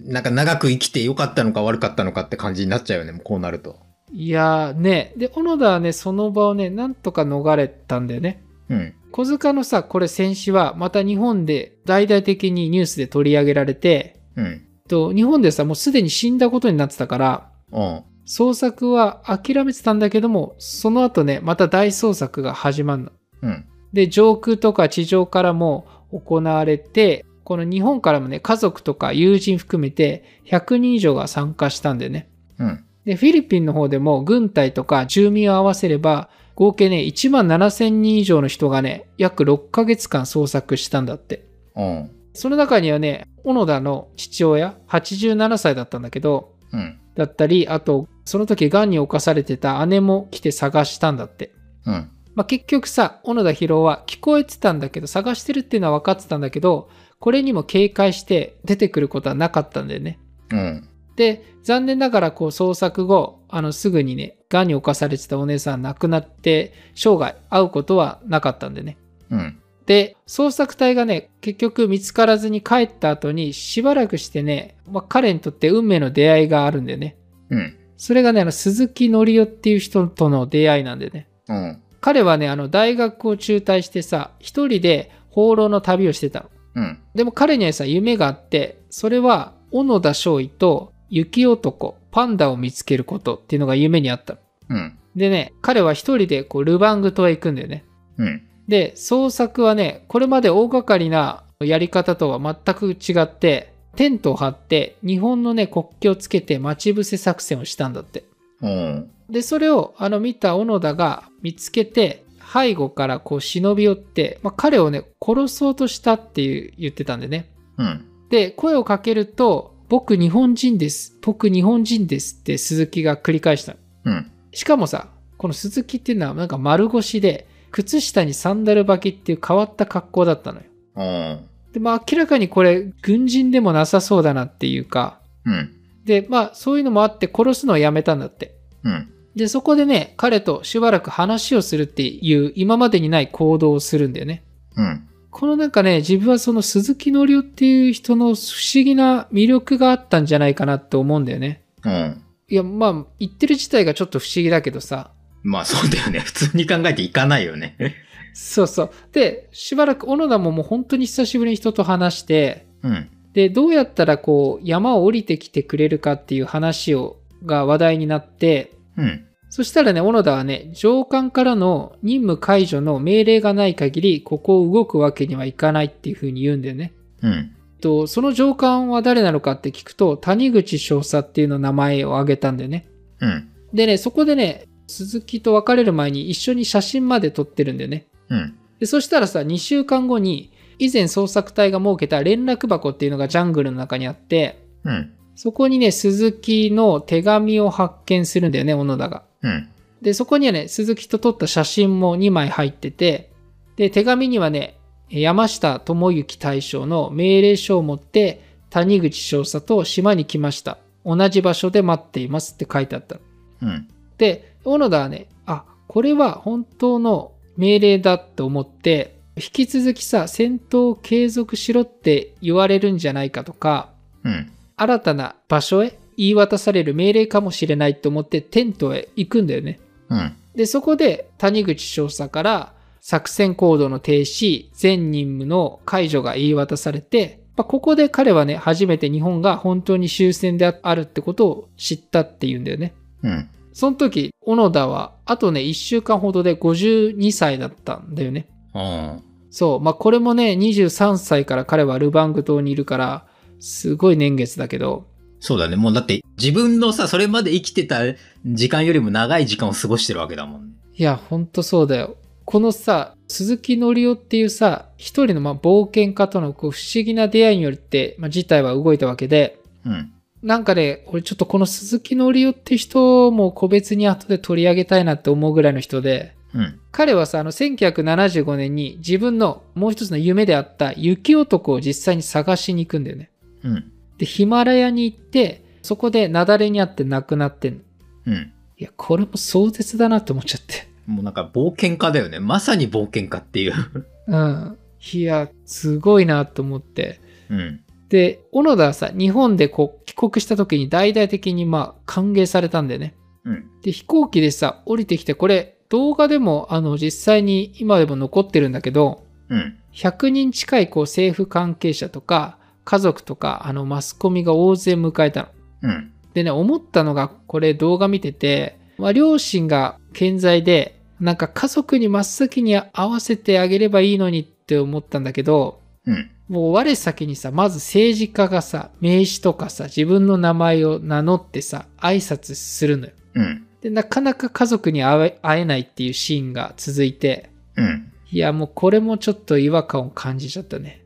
Speaker 2: なんか長く生きてよかったのか悪かったのかって感じになっちゃうよね、もうこうなると。
Speaker 1: いやーね、で、小野田はね、その場をね、なんとか逃れたんだよね。
Speaker 2: うん。
Speaker 1: 小塚のさ、これ戦死は、また日本で大々的にニュースで取り上げられて、
Speaker 2: うん。
Speaker 1: と日本でさ、もうすでに死んだことになってたから、
Speaker 2: うん。
Speaker 1: 捜索は諦めてたんだけども、その後ね、また大捜索が始まるの。
Speaker 2: うん。
Speaker 1: で、上空とか地上からも行われて、この日本からもね、家族とか友人含めて100人以上が参加したんだよね。
Speaker 2: うん。
Speaker 1: で、フィリピンの方でも軍隊とか住民を合わせれば、合計ね、1万7000人以上の人がね、約6ヶ月間捜索したんだって。
Speaker 2: うん。
Speaker 1: その中にはね、小野田の父親、87歳だったんだけど、
Speaker 2: うん。
Speaker 1: だったり、あと、その時、癌に侵されてた姉も来て探したんだって。
Speaker 2: うん。
Speaker 1: まあ、結局さ、小野田博は聞こえてたんだけど、探してるっていうのは分かってたんだけど、これにも警戒して出てくることはなかったんだよね。
Speaker 2: うん。
Speaker 1: で、残念ながら、こう、捜索後、あの、すぐにね、癌に侵されてたお姉さん亡くなって、生涯会うことはなかったんでね。
Speaker 2: うん。
Speaker 1: で、捜索隊がね、結局見つからずに帰った後に、しばらくしてね、まあ、彼にとって運命の出会いがあるんだよね。
Speaker 2: うん。
Speaker 1: それがね、あの鈴木のりおっていう人との出会いなんでね。
Speaker 2: うん。
Speaker 1: 彼はね、あの大学を中退してさ、一人で放浪の旅をしてたの。
Speaker 2: うん。
Speaker 1: でも彼にはさ、夢があって、それは小野田少尉と雪男、パンダを見つけることっていうのが夢にあったの。
Speaker 2: うん。
Speaker 1: でね、彼は一人でこうルバング島へ行くんだよね。
Speaker 2: うん。
Speaker 1: で、捜索はね、これまで大掛かりなやり方とは全く違って、テントを張って、日本のね、国旗をつけて待ち伏せ作戦をしたんだって。
Speaker 2: うん。
Speaker 1: で、それをあの見た小野田が見つけて、背後からこう忍び寄って、まあ、彼をね、殺そうとしたっていう言ってたんでね。
Speaker 2: うん。
Speaker 1: で、声をかけると、僕日本人です。僕日本人ですって鈴木が繰り返したの。
Speaker 2: うん。
Speaker 1: しかもさ、この鈴木っていうのはなんか丸腰で、靴下にサンダル履きっていう変わった格好だったのよ。
Speaker 2: うん。
Speaker 1: で、まあ明らかにこれ軍人でもなさそうだなっていうか、
Speaker 2: うん。
Speaker 1: で、まあそういうのもあって殺すのをやめたんだって。
Speaker 2: うん。
Speaker 1: で、そこでね、彼としばらく話をするっていう、今までにない行動をするんだよね。
Speaker 2: うん。
Speaker 1: このなんかね、自分はその鈴木のりおっていう人の不思議な魅力があったんじゃないかなって思うんだよね。
Speaker 2: うん。
Speaker 1: いや、まあ、言ってる自体がちょっと不思議だけどさ。
Speaker 2: まあそうだよね。普通に考えていかないよね。
Speaker 1: そうそう。で、しばらく小野田ももう本当に久しぶりに人と話して、
Speaker 2: うん。
Speaker 1: で、どうやったらこう、山を降りてきてくれるかっていう話を、が話題になって、
Speaker 2: うん。
Speaker 1: そしたらね、小野田はね、上官からの任務解除の命令がない限り、ここを動くわけにはいかないっていうふうに言うんだよね。
Speaker 2: うん。
Speaker 1: とその上官は誰なのかって聞くと、谷口少佐っていうの名前を挙げたんだよね。
Speaker 2: うん。
Speaker 1: でね、そこでね、鈴木と別れる前に一緒に写真まで撮ってるんだよね。
Speaker 2: うん。
Speaker 1: でそしたらさ、2週間後に、以前捜索隊が設けた連絡箱っていうのがジャングルの中にあって、
Speaker 2: うん。
Speaker 1: そこにね、鈴木の手紙を発見するんだよね、小野田が。
Speaker 2: うん。
Speaker 1: で、そこにはね、鈴木と撮った写真も2枚入ってて、で、手紙にはね、山下智之大将の命令書を持って、谷口少佐と島に来ました。同じ場所で待っていますって書いてあったの。
Speaker 2: うん。
Speaker 1: で、小野田はね、あ、これは本当の命令だって思って、引き続きさ、戦闘を継続しろって言われるんじゃないかとか、
Speaker 2: うん。
Speaker 1: 新たな場所へ言い渡される命令かもしれないと思ってテントへ行くんだよね。
Speaker 2: うん。
Speaker 1: で、そこで谷口少佐から作戦行動の停止、全任務の解除が言い渡されて、まあここで彼はね、初めて日本が本当に終戦であるってことを知ったっていうんだよね。
Speaker 2: うん。
Speaker 1: その時、小野田は、あとね、1週間ほどで52歳だったんだよね。
Speaker 2: うん。
Speaker 1: そう、まあこれもね、23歳から彼はルバング島にいるから、すごい年月だけど、
Speaker 2: そうだね。もうだって自分のさ、それまで生きてた時間よりも長い時間を過ごしてるわけだもんね。
Speaker 1: いや、ほんとそうだよ。このさ、鈴木のりおっていうさ、一人のまあ冒険家とのこう不思議な出会いによって、まあ、事態は動いたわけで、
Speaker 2: うん。
Speaker 1: なんかね、俺ちょっとこの鈴木のりおって人も個別に後で取り上げたいなって思うぐらいの人で、
Speaker 2: うん。
Speaker 1: 彼はさ、あの、1975年に自分のもう一つの夢であった雪男を実際に探しに行くんだよね。
Speaker 2: うん。
Speaker 1: で、ヒマラヤに行って、そこで雪崩にあって亡くなってんの。
Speaker 2: うん。
Speaker 1: いや、これも壮絶だなって思っちゃって。
Speaker 2: もうなんか冒険家だよね。まさに冒険家っていう。
Speaker 1: うん。いや、すごいなと思って。
Speaker 2: うん。
Speaker 1: で、小野田はさ、日本でこう帰国した時に大々的にまあ歓迎されたんだよね。
Speaker 2: うん。
Speaker 1: で、飛行機でさ、降りてきて、これ動画でもあの実際に今でも残ってるんだけど、
Speaker 2: うん。
Speaker 1: 100人近いこう政府関係者とか家族とかあのマスコミが大勢迎えたの。
Speaker 2: うん。
Speaker 1: でね思ったのがこれ動画見てて、まあ、両親が健在でなんか家族に真っ先に会わせてあげればいいのにって思ったんだけど
Speaker 2: うん。
Speaker 1: もう我先にさまず政治家がさ名刺とかさ自分の名前を名乗ってさ挨拶するのよ。
Speaker 2: うん。
Speaker 1: でなかなか家族に会え会えないっていうシーンが続いて
Speaker 2: うん。
Speaker 1: いやもうこれもちょっと違和感を感じちゃったね。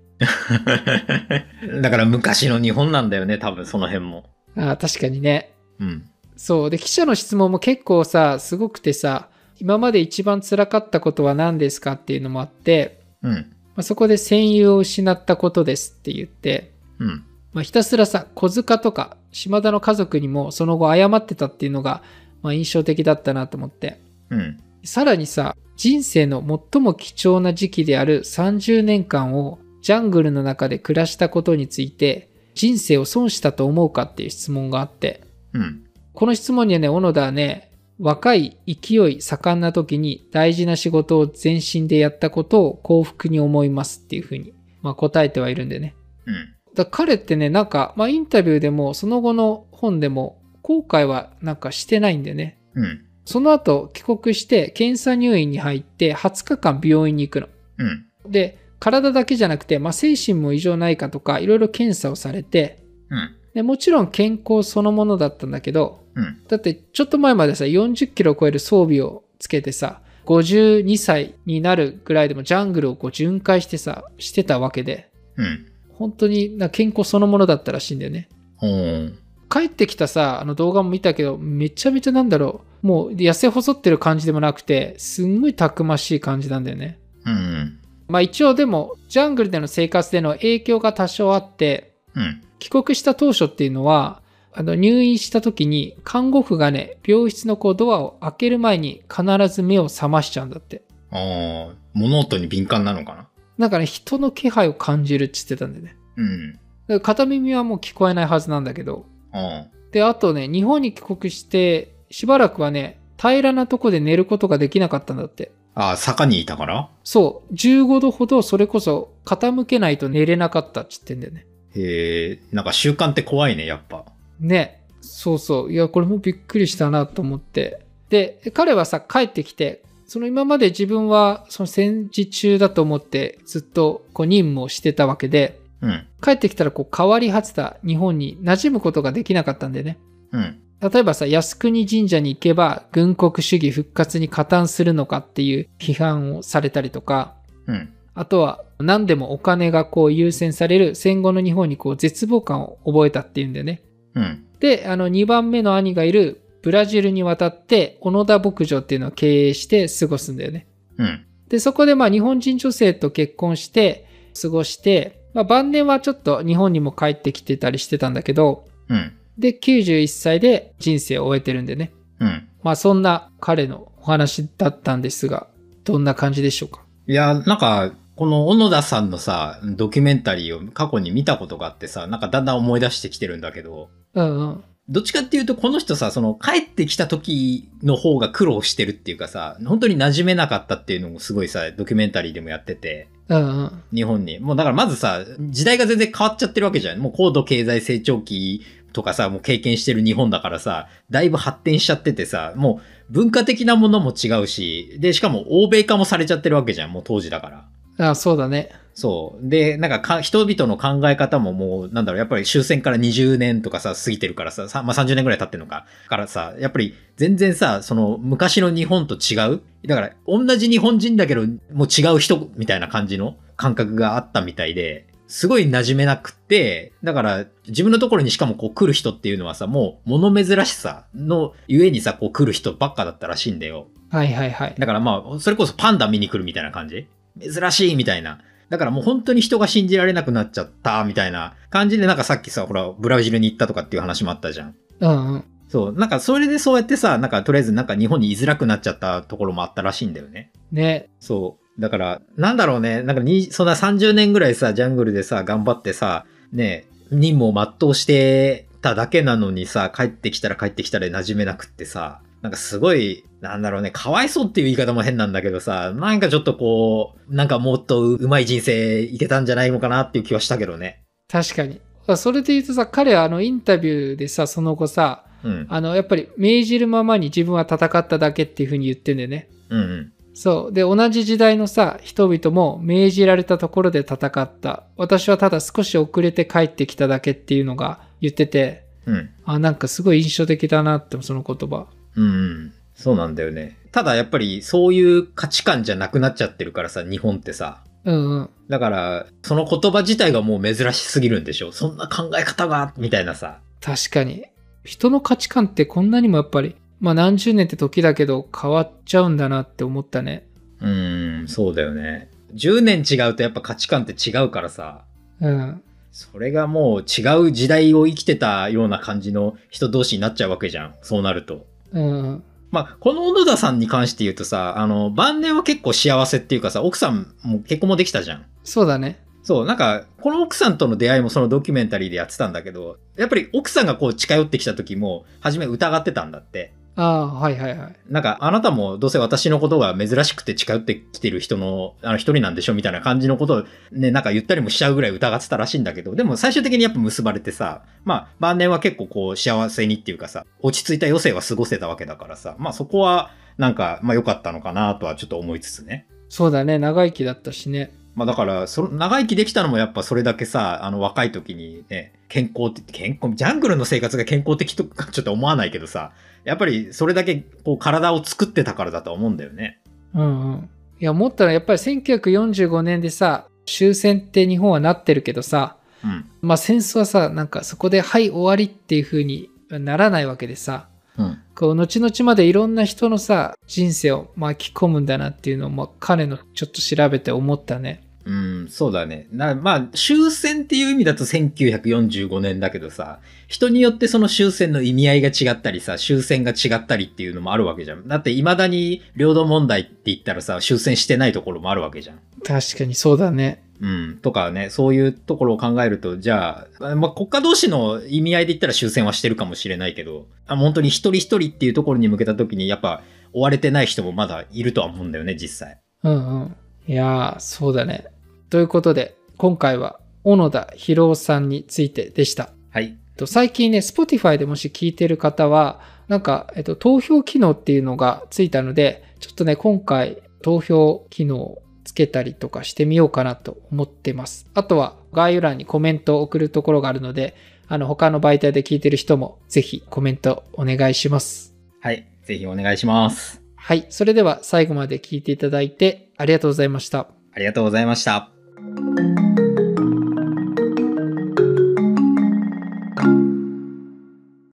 Speaker 2: だから昔の日本なんだよね。多分その辺も。
Speaker 1: あー確かにね。
Speaker 2: うん。
Speaker 1: そう。で、記者の質問も結構さ、すごくてさ、今まで一番辛かったことは何ですかっていうのもあって、
Speaker 2: うん。
Speaker 1: まあ、そこで戦友を失ったことですって言って、
Speaker 2: うん。
Speaker 1: まあ、ひたすらさ、小塚とか島田の家族にもその後謝ってたっていうのが、まあ、印象的だったなと思って。
Speaker 2: うん。
Speaker 1: さらにさ、人生の最も貴重な時期である30年間をジャングルの中で暮らしたことについて、人生を損したと思うかっていう質問があって、
Speaker 2: うん。
Speaker 1: この質問にはね、小野田はね、若い勢い盛んな時に大事な仕事を全身でやったことを幸福に思いますっていうふうに、まあ、答えてはいるんでね。
Speaker 2: うん。
Speaker 1: だ彼ってね、なんか、まあ、インタビューでもその後の本でも後悔はなんかしてないんでね。
Speaker 2: うん。
Speaker 1: その後帰国して検査入院に入って20日間病院に行くの。
Speaker 2: うん。
Speaker 1: で、体だけじゃなくて、まあ、精神も異常ないかとかいろいろ検査をされて
Speaker 2: うん。
Speaker 1: で、もちろん健康そのものだったんだけど、
Speaker 2: うん。
Speaker 1: だってちょっと前までさ40キロを超える装備をつけてさ52歳になるぐらいでもジャングルをこう巡回してさしてたわけで
Speaker 2: うん。
Speaker 1: 本当にな健康そのものだったらしいんだよね
Speaker 2: ほー
Speaker 1: 帰ってきたさあの動画も見たけどめちゃめちゃなんだろうもう痩せ細ってる感じでもなくてすんごいたくましい感じなんだよね
Speaker 2: うん。
Speaker 1: まあ一応でもジャングルでの生活での影響が多少あって
Speaker 2: うん。
Speaker 1: 帰国した当初っていうのは、あの入院した時に看護婦がね、病室のこうドアを開ける前に必ず目を覚ましちゃうんだって。
Speaker 2: ああ、物音に敏感なのかな
Speaker 1: なんかね、人の気配を感じるって言ってたんでね。
Speaker 2: うん。
Speaker 1: だから片耳はもう聞こえないはずなんだけど。
Speaker 2: あ
Speaker 1: で、あとね、日本に帰国して、しばらくはね、平らなとこで寝ることができなかったんだって。
Speaker 2: あ、坂にいたから
Speaker 1: そう、15度ほどそれこそ傾けないと寝れなかったって言ってんだよね。
Speaker 2: へえ、なんか習慣って怖いね、やっぱ。
Speaker 1: ねそうそういやこれもびっくりしたなと思ってで彼はさ帰ってきてその今まで自分はその戦時中だと思ってずっとこう任務をしてたわけで
Speaker 2: うん。
Speaker 1: 帰ってきたらこう変わり果てた日本に馴染むことができなかったんでね
Speaker 2: うん。
Speaker 1: 例えばさ靖国神社に行けば軍国主義復活に加担するのかっていう批判をされたりとか
Speaker 2: うん。
Speaker 1: あとは何でもお金がこう優先される戦後の日本にこう絶望感を覚えたっていうんだよね
Speaker 2: うん。
Speaker 1: で、あの、2番目の兄がいるブラジルに渡って、小野田牧場っていうのを経営して過ごすんだよね。
Speaker 2: うん。
Speaker 1: で、そこでまあ日本人女性と結婚して、過ごして、まあ晩年はちょっと日本にも帰ってきてたりしてたんだけど、
Speaker 2: うん。
Speaker 1: で、91歳で人生を終えてるんでね。
Speaker 2: うん。
Speaker 1: まあそんな彼のお話だったんですが、どんな感じでしょうか
Speaker 2: いや、なんか、この小野田さんのさ、ドキュメンタリーを過去に見たことがあってさ、なんかだんだん思い出してきてるんだけど、
Speaker 1: うんうん。
Speaker 2: どっちかっていうと、この人さ、その、帰ってきた時の方が苦労してるっていうかさ、本当に馴染めなかったっていうのもすごいさ、ドキュメンタリーでもやってて、
Speaker 1: うんうん。
Speaker 2: 日本に。もうだからまずさ、時代が全然変わっちゃってるわけじゃん。もう高度経済成長期とかさ、もう経験してる日本だからさ、だいぶ発展しちゃっててさ、もう文化的なものも違うし、で、しかも欧米化もされちゃってるわけじゃん、もう当時だから。
Speaker 1: あそうだね。
Speaker 2: そう。で、なんかか、人々の考え方ももう、なんだろう、やっぱり終戦から20年とかさ、過ぎてるからさ、さまあ、30年ぐらい経ってるのか、からさ、やっぱり全然さ、その、昔の日本と違うだから、同じ日本人だけど、もう違う人みたいな感じの感覚があったみたいで、すごい馴染めなくって、だから、自分のところにしかもこう来る人っていうのはさ、もう、物珍しさのゆえにさ、こう来る人ばっかだったらしいんだよ。
Speaker 1: はいはいはい。
Speaker 2: だからまあ、それこそパンダ見に来るみたいな感じ珍しいみたいな。だからもう本当に人が信じられなくなっちゃったみたいな感じで、なんかさっきさ、ほら、ブラジルに行ったとかっていう話もあったじゃん。
Speaker 1: うんうん。
Speaker 2: そう。なんかそれでそうやってさ、なんかとりあえずなんか日本に居づらくなっちゃったところもあったらしいんだよね。
Speaker 1: ね。
Speaker 2: そう。だから、なんだろうね。なんかに、そんな30年ぐらいさ、ジャングルでさ、頑張ってさ、ねえ、任務を全うしてただけなのにさ、帰ってきたら帰ってきたら馴染めなくってさ、なんかすごい、なんだろうね、かわいそうっていう言い方も変なんだけどさ、なんかちょっとこう、なんかもっとうまい人生いけたんじゃないのかなっていう気はしたけどね。
Speaker 1: 確かに。あそれで言うとさ、彼はあのインタビューでさ、その後さ、
Speaker 2: うん。
Speaker 1: あの、やっぱり命じるままに自分は戦っただけっていうふうに言ってんだよね。
Speaker 2: うんうん。
Speaker 1: そう。で、同じ時代のさ、人々も命じられたところで戦った。私はただ少し遅れて帰ってきただけっていうのが言ってて、
Speaker 2: うん。
Speaker 1: あ、なんかすごい印象的だなって、その言葉。
Speaker 2: うんうん。そうなんだよね。ただやっぱりそういう価値観じゃなくなっちゃってるからさ、日本ってさ。
Speaker 1: うんうん。
Speaker 2: だから、その言葉自体がもう珍しすぎるんでしょそんな考え方がみたいなさ。
Speaker 1: 確かに。人の価値観ってこんなにもやっぱり、まあ何十年って時だけど変わっちゃうんだなって思ったね。
Speaker 2: うーん、そうだよね。10年違うとやっぱ価値観って違うからさ。
Speaker 1: うん。
Speaker 2: それがもう違う時代を生きてたような感じの人同士になっちゃうわけじゃん。そうなると。
Speaker 1: うんうん。
Speaker 2: まあ、この小野田さんに関して言うとさ、あの、晩年は結構幸せっていうかさ、奥さんも結婚もできたじゃん。
Speaker 1: そうだね。
Speaker 2: そう、なんか、この奥さんとの出会いもそのドキュメンタリーでやってたんだけど、やっぱり奥さんがこう近寄ってきた時も、初め疑ってたんだって。
Speaker 1: ああ、はいはいはい。
Speaker 2: なんか、あなたもどうせ私のことが珍しくて近寄ってきてる人の、あの一人なんでしょみたいな感じのことをね、なんか言ったりもしちゃうぐらい疑ってたらしいんだけど、でも最終的にやっぱ結ばれてさ、まあ、晩年は結構こう幸せにっていうかさ、落ち着いた余生は過ごせたわけだからさ、まあそこは、なんか、まあ良かったのかなとはちょっと思いつつね。
Speaker 1: そうだね。長生きだったしね。
Speaker 2: まあだから、その、長生きできたのもやっぱそれだけさ、あの若い時にね、健康って、健康、ジャングルの生活が健康的とかちょっと思わないけどさ、やっぱりそれだけこう体を作ってたからだと思うんだよね。
Speaker 1: うんうん。いや、思ったらやっぱり1945年でさ、終戦って日本はなってるけどさ、
Speaker 2: うん。
Speaker 1: まあ戦争はさ、なんかそこではい終わりっていう風にならないわけでさ、
Speaker 2: うん。
Speaker 1: こう後々までいろんな人のさ、人生を巻き込むんだなっていうのを、まあ、彼のちょっと調べて思ったね。
Speaker 2: うん、そうだね。なまあ、終戦っていう意味だと1945年だけどさ、人によってその終戦の意味合いが違ったりさ、終戦が違ったりっていうのもあるわけじゃん。だって未だに領土問題って言ったらさ、終戦してないところもあるわけじゃん。
Speaker 1: 確かにそうだね。
Speaker 2: うん、とかね、そういうところを考えると、じゃあ、まあ、国家同士の意味合いで言ったら終戦はしてるかもしれないけど、あ本当に一人一人っていうところに向けた時に、やっぱ追われてない人もまだいるとは思うんだよね、実際。
Speaker 1: うんうん。いやー、そうだね。ということで、今回は小野田博夫さんについてでした。
Speaker 2: はい。
Speaker 1: えっと最近ね、Spotify でもし聞いてる方は、なんか、えっと、投票機能っていうのがついたので、ちょっとね、今回、投票機能をつけたりとかしてみようかなと思ってます。あとは、概要欄にコメントを送るところがあるので、あの、他の媒体で聞いてる人も、ぜひコメントお願いします。
Speaker 2: はい。ぜひお願いします。
Speaker 1: はい、それでは最後まで聞いていただいてありがとうございました。
Speaker 2: ありがとうございました。